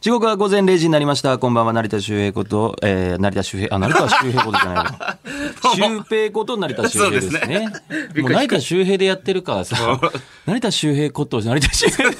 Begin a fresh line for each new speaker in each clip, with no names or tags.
時刻は午前0時になりました。こんばんは、成田修平こと、えー、成田修平、あ、成田修平ことじゃ ないわ。修平こと成田修平です
そうです
ね
ね。びっ
もう
くり
成田修平でやってるからさ、成田修平こと、成田修 平。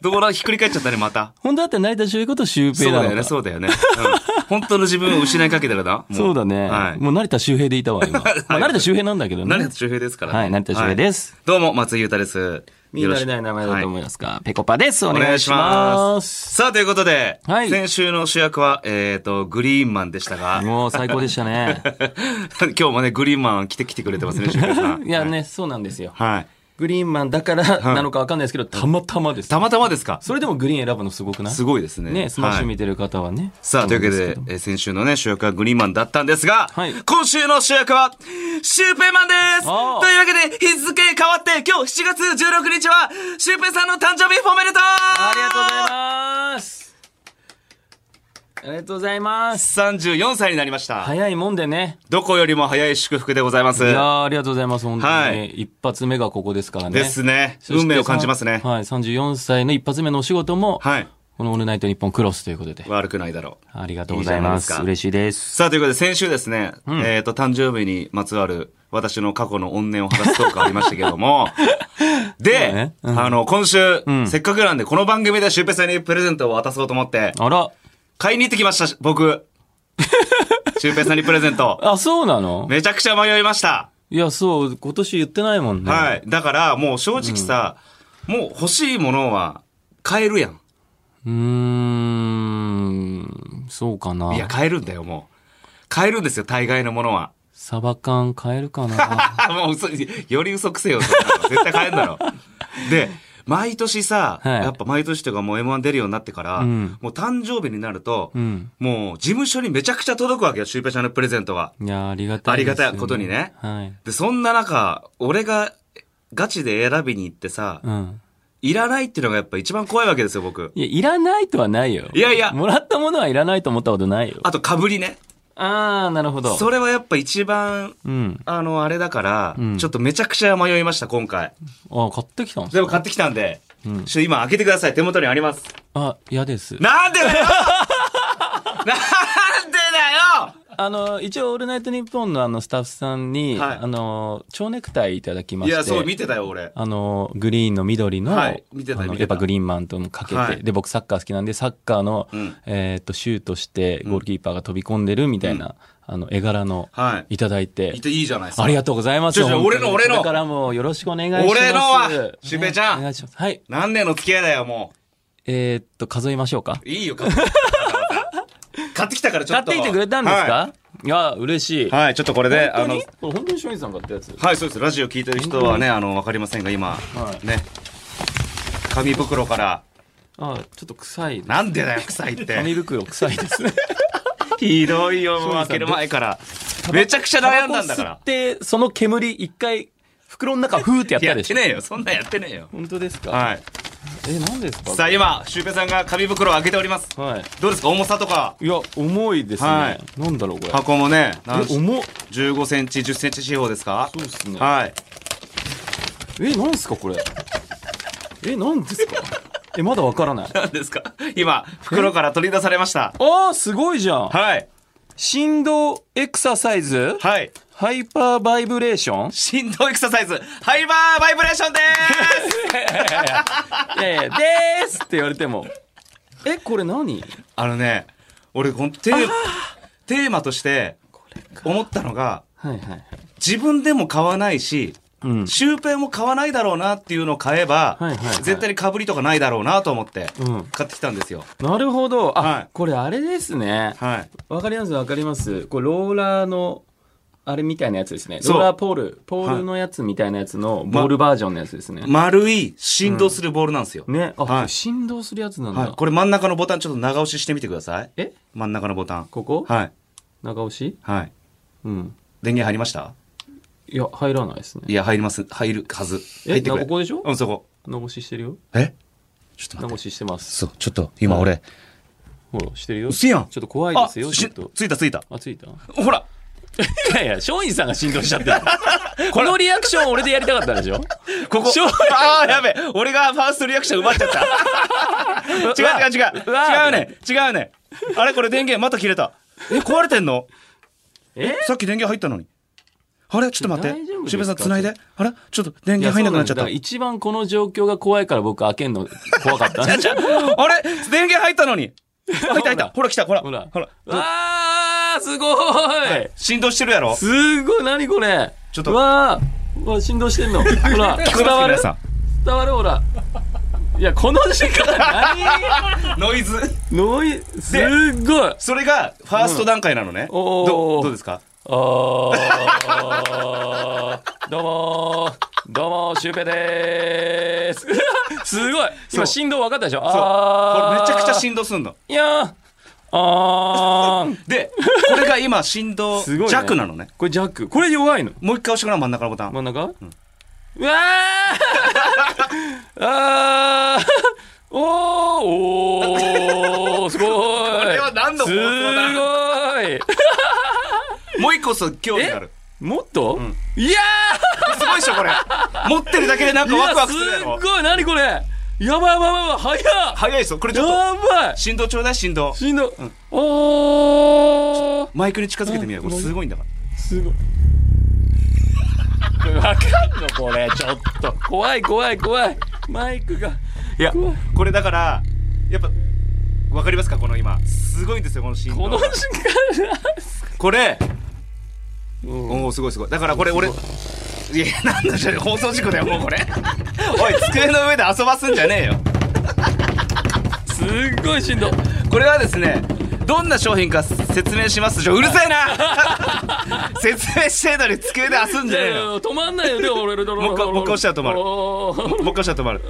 どこらひっくり返っちゃったね、また。
本当だって成田修平こと修
そ
平
う
な
だ
の
よね、
か。
そうだよね。うん本当の自分を失いかけたらな。も
そうだね。
はい。
もう成田修平でいたわ、 今。まあ、成田修平なんだけどね。
成田修平ですから、
はい成田修平です
はいどうも、松井裕太です。
みんなでない名前だと
は
思いますか。ペコパです。お
いお
願
願
い
い
し
し
ま。
ますす。さあ、ということで、
はい
先週の主役は、えっ、と、グリーンマンでしたが、
もう最高でしたね。
今日もね、グリーンマン来て来てくれてますね、修平さん。
いやね、そうなんですよ。
はい。
グリーンマンだからなのかわかんないですけど、たまたまです。
たまたまですか
それでもグリーン選ぶのすごくない
すごいですね。
ね、スマッシュ
はい
見てる方はね。
さあ、というわけ
そう
で
なんす、
えー先週のね、主役はグリーンマンだったんですが、
はい
今週の主役は、シュウペイマンですと
あー
いうわけで、日付変わって、今日7月16日は、シュウペイさんの誕生日おめでとう
あ
あ
りがとうございます。ありがとうございます。
す !34 歳になりました、
早いもんでね。
どこよりも早い祝福でございます。
いやーありがとうございます。本当にね、
はい
一発目がここですからね。
ですね。
そして
運命を感じますね。
はい、34歳の一発目のお仕事も、
はい。
このオールナイトニッポンクロスということで。
悪くないだろう。
ありがとうございます。
いいじゃないで
嬉しいです。
さあ、ということで、先週ですね、えっ、と、誕生日にまつわる、私の過去の怨念を晴らすトークありましたけ ども、
そう
で、
ね
あの、今週、せっかくなんで、この番組でシュウペイさんにプレゼントを渡そうと思って、
あら、
買いに行ってきました、 僕。シュウペイさんにプレゼント。
あ、そうなの
めちゃくちゃ迷いました。
いや、そう、今年言ってないもんね。
はい。だから、もう正直さ、もう欲しいものは、買えるやん。
うーん、そうかな。
いや、買えるんだよ、もう。買えるんですよ、大概のものは。
サバ缶買えるか な
もう嘘、より嘘くせえよ、そんなの絶対買えんだろ。で、毎年さ、
はい
やっぱ毎年というかもう M1 出るようになってから、
ん
もう誕生日になると、
ん
もう事務所にめちゃくちゃ届くわけよ、シュウペイちゃんのプレゼントは。
いや、ありがたいです、
ありがたいことにね
はい。
で、そんな中、俺がガチで選びに行ってさ、
うん。
いらないっていうのがやっぱ一番怖いわけですよ、僕。
いや、いらないとはないよ。
いやいや
もらったものはいらないと思ったことないよ。
あと、かぶりね。
あー、なるほど。
それはやっぱ一番、
うん。
あの、あれだから、
ん
ちょっとめちゃくちゃ迷いました、今回。
あ、買ってきたんです
でも買ってきたんで、ちょっと今開けてください、手元にあります。
あ、嫌です。
なん でだよなんでだよ
あの、一応、オールナイトニッポンのあの、スタッフさんに、
はい
あの、蝶ネクタイいただきま
い
して。
や、そう、見てたよ、俺。
あの、グリーンの緑の、
はい見てた
あの
見てた
やっぱグリーンマンともかけて、
はい
で、僕サッカー好きなんで、サッカーの、
うん
えーっと、シュートして、ゴールキーパーが飛び込んでるみたいな、あの、絵柄の、、
はい
ただいて、
いていいじゃないですか。
ありがとうございます。
ちょちょ
本当に
俺の俺の
これからもよろしくお願いします。
俺のはシュウペイちゃ
ね
ん
お願いします。はい。
何年の付き合いだよ、も
えーっと、数えましょうか。
う。いいよ、買っ てきたから。買ってきたから、ちょ
買
っ
っ
と。
てきてくれたんですか、、
はい
や、嬉しい。
い、はい、ちょっとこれで、あ
本当
の
に、これ本当に松陰さん買ったやつ
はい、そうです。ラジオ聞いてる人はね、あの、わかりませんが、今、
はい
ね、紙袋から、
あちょっと臭い。
なんでだよ、臭いって。
紙袋臭いですね。
ひどいよ、もう開ける前から。めちゃくちゃ 悩んだんだ
タ
か
バ
ら
コ。吸って、その煙一回、袋の中ふーってやっ
や
た
っ
でしてょ。
ねえよ、そんなんやってねえよ。
本当ですか、
はい。
え、何ですか
さあ、今、シュウペイさんが紙袋を開けております。
はい。
どうですか、重さとか。
いや、重いですね。
は
なんだろう、これ。
箱もね、何
え、重っ。
15センチ、10センチ四方ですか
そうですね。
はい。
え、何ですか、これ。え、何ですかえ、まだわからない。
何ですか今、袋から取り出されました。
あー、すごいじゃん。
はい。
振動エクササイズ
はい。
ハイパーバイブレーション
振動エクササイズ、ハイバーバイブレーションでーす
いやいや、でーすって言われても。え、これ何
あのね、俺、このテーマ、テーマとして、思ったのが、
はいはいはい。
自分でも買わないし、
うん。
シュウペイも買わないだろうなっていうのを買えば、
はいはいはい
絶対に被りとかないだろうなと思って
うん、
買ってきたんですよ。
なるほど。あ、
はい
これあれですね。
はい。
わかりますわかります。これローラーの、あれみたいなやつですね。
そう
ローラーポール。ポールのやつみたいなやつのボールバージョンのやつですね。
丸い振動するボールなんですよ。
ね。あ、
はい
振動するやつなんだ。
はい。これ真ん中のボタンちょっと長押ししてみてください。
え
真ん中のボタン。
ここ、
はい。
長押し
はい。
うん。
電源入りました
いや、入らないですね。
いや、入ります。入るはず。
え
入ってくれ。
なここでしょ
うん、そこ。
長押ししてるよ。
えちょっと
長
待って。
押ししてます。
そう、ちょっと、今俺。
ほら、してるよ。
うっせやん
ちょっと怖いで
あ、
すよ、
し
ちょっと。
ついたついた。
あ、ついた
ほら
いやいや、松陰さんが振動しちゃってる。 このリアクション俺でやりたかったでしょ
ここ
松陰。
ああ、やべえ。俺がファーストリアクション奪っちゃ った。違う違う違う。
わ
違うね。違うね。あれこれ電源また切れた。え、壊れてんの
え
さっき電源入ったのに。あれちょっと待っ
大丈夫
て。
ですか
渋谷さん繋いで。あれちょっと電
い
源
やそ
入
うん
な
な
くなんっ
です
ちゃ
だか
った。
ら一番この状況が怖いから僕開けんの怖かった。
あれ電源入ったのに。あ入った入った。ほら来た。ほら。
ほ
ほ
ら
ら。。
わー、すごい
振動してるやろ
すごい、何これ
ちょっと
わー、うわ振動してんの。 ほら、
こえ
伝
ます
わる
皆さ
伝わるほら。いや、この時間 何
ん。ノイズ。
ノイ、すっごい
それがファースト段階なのね。
おー
どうどうですか
あー どうもーどうもー、シュウペイでーす。す ごい
そ
今
う
振動分かったでしょ
そう。こ
あ
れ
ー
めちゃくちゃ振動すんの。
いやーあーん
で、これが今振動
すごいね
弱なのね。
これジャック。これ弱いの
もう一回押してごらん、真ん中のボタン。
真ん中、うわー あーおーおーすごいこ
れは何の放
す
送だ
ごい
もう一個そう、興味ある。
もっと、いや
すごいでしょ、これ。持ってるだけでなん
ー
かワクワクす
い
る
や
や
すっ
ろ。
ごい何これやばいやばいやばいやばい早っ
早いですよ。これちょっと、
やばい
振動ちょうだい、振動。
しんど、おー
マイクに近づけてみよう。これすごいんだから。
すごいわかんのこれちょっと怖い怖い怖いマイクが
いや
怖い、
これだから、やっぱ、わかりますかこの今。すごいんですよ、この振
この
動。
瞬
これ、
間
おおすごいすごい。だからこれ俺、いや、なんだそれ、放送事故だよ、もうこれ。おい、机の上で遊ばすんじゃねえよ。
すっごいしんど
これはですねどんな商品か説明しますちょうるせえな 説明してんのに机で遊ん
い
じゃね
や
え
いや
よ
止まんないよでも俺も
もう一回もう一回押したら止まる
る
僕したら止まる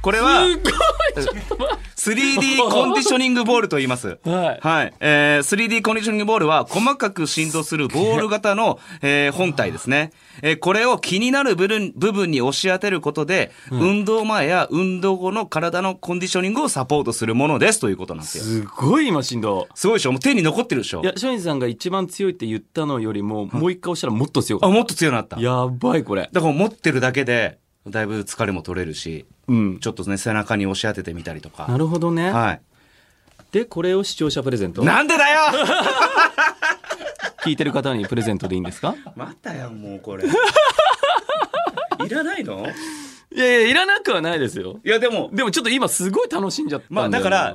これは
すっごいちょっと待っ
3D コンディショニングボールと言います
てはい
はい、えー、3D コンディショニングボールは細かく振動するボール型の、えー本体ですね、えーこれを気になる部分部分に押し当てることで、運動前や運動後の体のコンディショニングをサポートするものですということなんですよ
すごい今しんど
すごいでしょもう手に残ってるでしょ
いや松陰さんが一番強いって言ったのよりももう一回押したらもっと強か
あ
っ
もっと強くなった
たやばいこれ
だから持ってるだけで、だいぶ疲れも取れるし、
うん
ちょっとね、背中に押し当ててみたりとか。
なるほどね
はい。
でこれを視聴者プレゼント
なんでだ よ
聞いてる方にプレゼントでいいんですか
またやん、もうこ れ。いらないの
いやいやいらなくはないですよ
いや、でも、
でもちょっと今すごい楽しんじゃったんだ
ま
よ
あ
な
だから、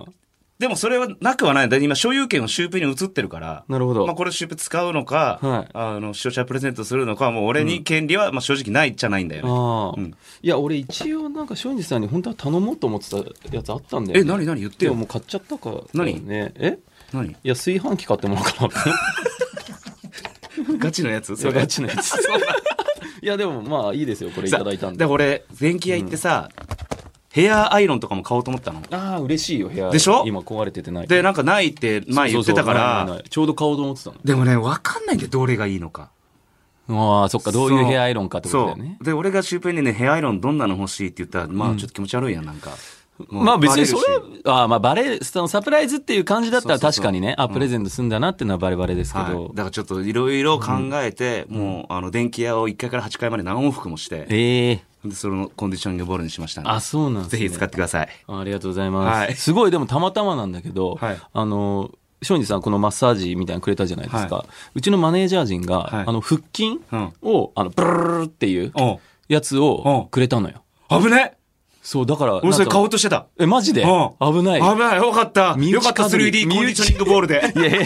でもそれはなくはない。だって今、所有権をシュウペイに移ってるから。
なるほど
まあこれシュウペイ使うのか、
はい
あの、視聴者プレゼントするのか、もう俺に権利は、まあ正直ないじゃないんだよね。
ああ
うん
いや俺一応なんか松陰寺さんに本当は頼もうと思ってたやつあったんだよね
え、何何言っ
で
て
も
よ
も。う買っちゃったから、
何
ねえ
何
いや炊飯器買ってもらおうかな
ガチのやつ
それガチのやついやでもまあいいですよこれいただいたんで
さで俺電気屋行ってさ、ヘアアイロンとかも買おうと思ったの
ああ嬉しいよ部屋
でしょ
今壊れててない
でなんかないって前言ってたから
そうそうないないないちょうど買おうと思ってた
でもね分かんないんだよどれがいいのか
のああそっかどういう
そ
ヘアアイロンかってことだよね
そうで俺がシュウペイにねヘアアイロンどんなの欲しいって言ったらまあちょっと気持ち悪いやんなんか、もう
まあ別にそ
バ
れ
レるし
ああまあバレそのサプライズっていう感じだったら
そうそうそ
確か
う
にねあプレゼントすんだなってのはバレバレですけ
はい、
ど、
だからちょっといろいろ考えて、もうあの電気屋を1階から8階まで何往復もして
ええ
でそのコンディショニングボールにしましたんで
あそうなんです、
ぜ
ね、
ひ使ってください
ありがとうございます。
はい
すごい、でもたまたまなんだけど、
はい
あの、松陰寺さんこのマッサージみたいなのくれたじゃないですか。
は
うちのマネージャー陣が、
はい
あの、腹筋
うん
を、あの、ブルルルルっていう
おう
やつ
う
を
ん
くれたのよ。
危ねえ
そう、だから、
俺そ
な
れ
んか
買おうとしてた
え、マジで
うん
危ない。
危ない。よかった。
身内
よかった、
かぶり
3D
身内
コンディショニングボールで。
いやいやいや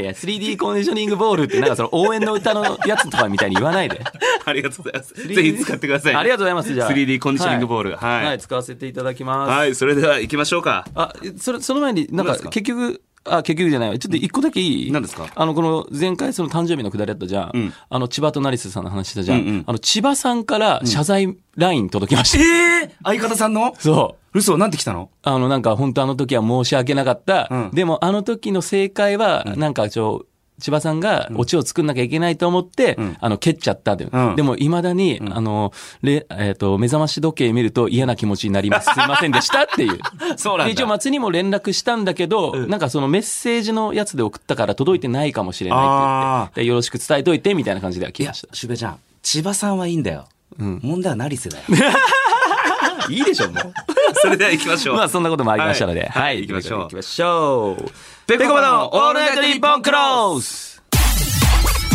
いや、3D コンディショニングボールってなんかその応援の歌のやつとかみたいに言わないで。
ありがとうございます。ぜひ使ってください。
ありがと
と
うございます、じゃ あ。
3D コンディショニングボール
は。
はいい
はい、使わせていただきます。
はい、それでは行きましょうか。
あ、それ、その前になん
何
か
ですか
結局、あ、結局じゃないわ。ちょっと一個だけいい
何ですか
あの、この前回その誕生日のくだりあったじゃん。
うん
あの、千葉と成瀬さんの話したじゃん。
うんうん
あの、千葉さんから謝罪ライン届きました。
ええ相方さんの
そう。
嘘、なんて来たの
あの、なんか本当あの時は申し訳なかった。
うん
でもあの時の正解は、なんかちょ、千葉さんがオチを作んなきゃいけないと思って、
ん
あの、蹴っちゃったで。
うん
でも、未だに、あの、れえっ、と、目覚まし時計見ると嫌な気持ちになります。すいませんでしたっていう。
そうなん
で
だ。
一応松にも連絡したんだけど、なんかそのメッセージのやつで送ったから届いてないかもしれないって言
あ
って、でよろしく伝えといてみたいな感じでは来
い
ま
や
し、
シュベちゃん、千葉さんはいいんだよ。問題は成瀬だよ。
た。いいでしょ、もう。
それでは 行きましょう。
まあそんなこともありましたので、
はい
はい、
はい行きましょう
行きましょう。
ぺ
ペ
こ
コ
ぱ
パ
の
の
オ
オ
ー
ー
ル
ルナイ
ナイト
ト
ニ
ニ
ッ
ッ
ポ
ポ
ン
ン
ク
ク
ロ
ロ
ー
ー
ズ
ズ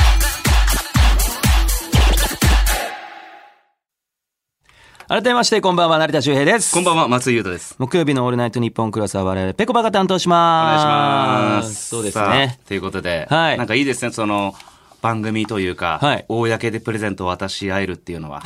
改めまして、こんばんは、成田修平です。
こんばんは、松井優太です。
木曜日のオールナイトニッポンクロスは我々、ペコパが担当します。そうですね
さ。あということで、
はい
なんかいいですね、その、番組というか、
はい
公でプレゼントを渡し合えるっていう のは。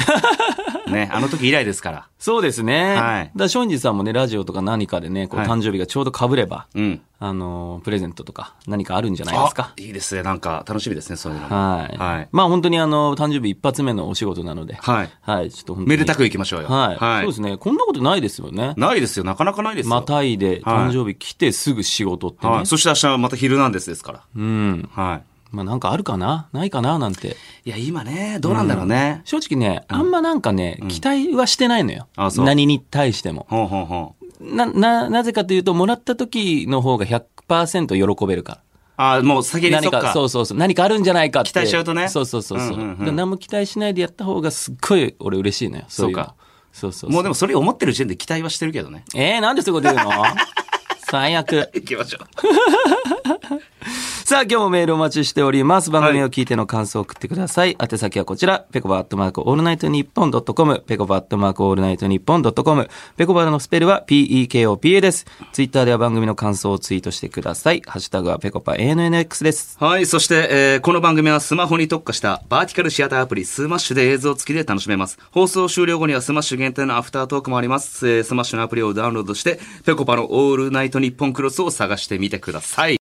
ね、あの時以来ですから。
そうですね。だ
はい
から松陰寺さんもね、ラジオとか何かでね、こう、
はい
誕生日がちょうど被れば、
うん。
あのー、プレゼントとか何かあるんじゃないですか
あ。いいですね、なんか楽しみですね、そういうのも。
はい。
はい
まあ本当にあの、誕生日一発目のお仕事なので。
はい。
はい。ちょっと本当に。
めでたく行きましょうよ。
はい、
はい。
そうですね。こんなことないですよね。
ないですよ、なかなかないですよ。
またいで、
はい
誕生日来てすぐ仕事ってね。
はい。そして明日はまた昼なんですですから。
うん。
は
まあなんかあるかなないかななんて。
い。いや、今ね、どうなんだろうね。
正直ね、あんまなんかね、期待はしてないのよ。
あそう
何に対しても。
ほうほうほう。
な、な、なぜかというと、もらった時の方が100%喜べるから。
あ、もう先にそ
何
っか。
か、そうそうそう、何かあるんじゃないかって。
期待しちゃうとね
そうそうそうそう。
うんうんうん
だから何も期待しないでやった方がすっごい俺嬉しいのよ。そういうの
そうか。
そうそうそう。
もうでもそれ思ってる時点で期待はしてるけどね。
えー、なんでそういうこと言うの最悪。
行きましょう。
さあ、今日もメールお待ちしております。番組を聞いての感想を送ってください。宛先はこちら、ペコバアットマークオールナイトニッポンドットコム、ペコバアットマークオールナイトニッポンドットコム、ペコバのスペルは PEKOPA です。ツイッターでは番組の感想をツイートしてください。ハッシュタグはペコパ ANNX です。
はい。そして、えーこの番組はスマホに特化したバーティカルシアターアプリスマッシュで映像付きで楽しめます。放送終了後にはスマッシュ限定のアフタートークもあります。えースマッシュのアプリをダウンロードして、ぺこぱのオールナイトニッポンクロスを探してみてください。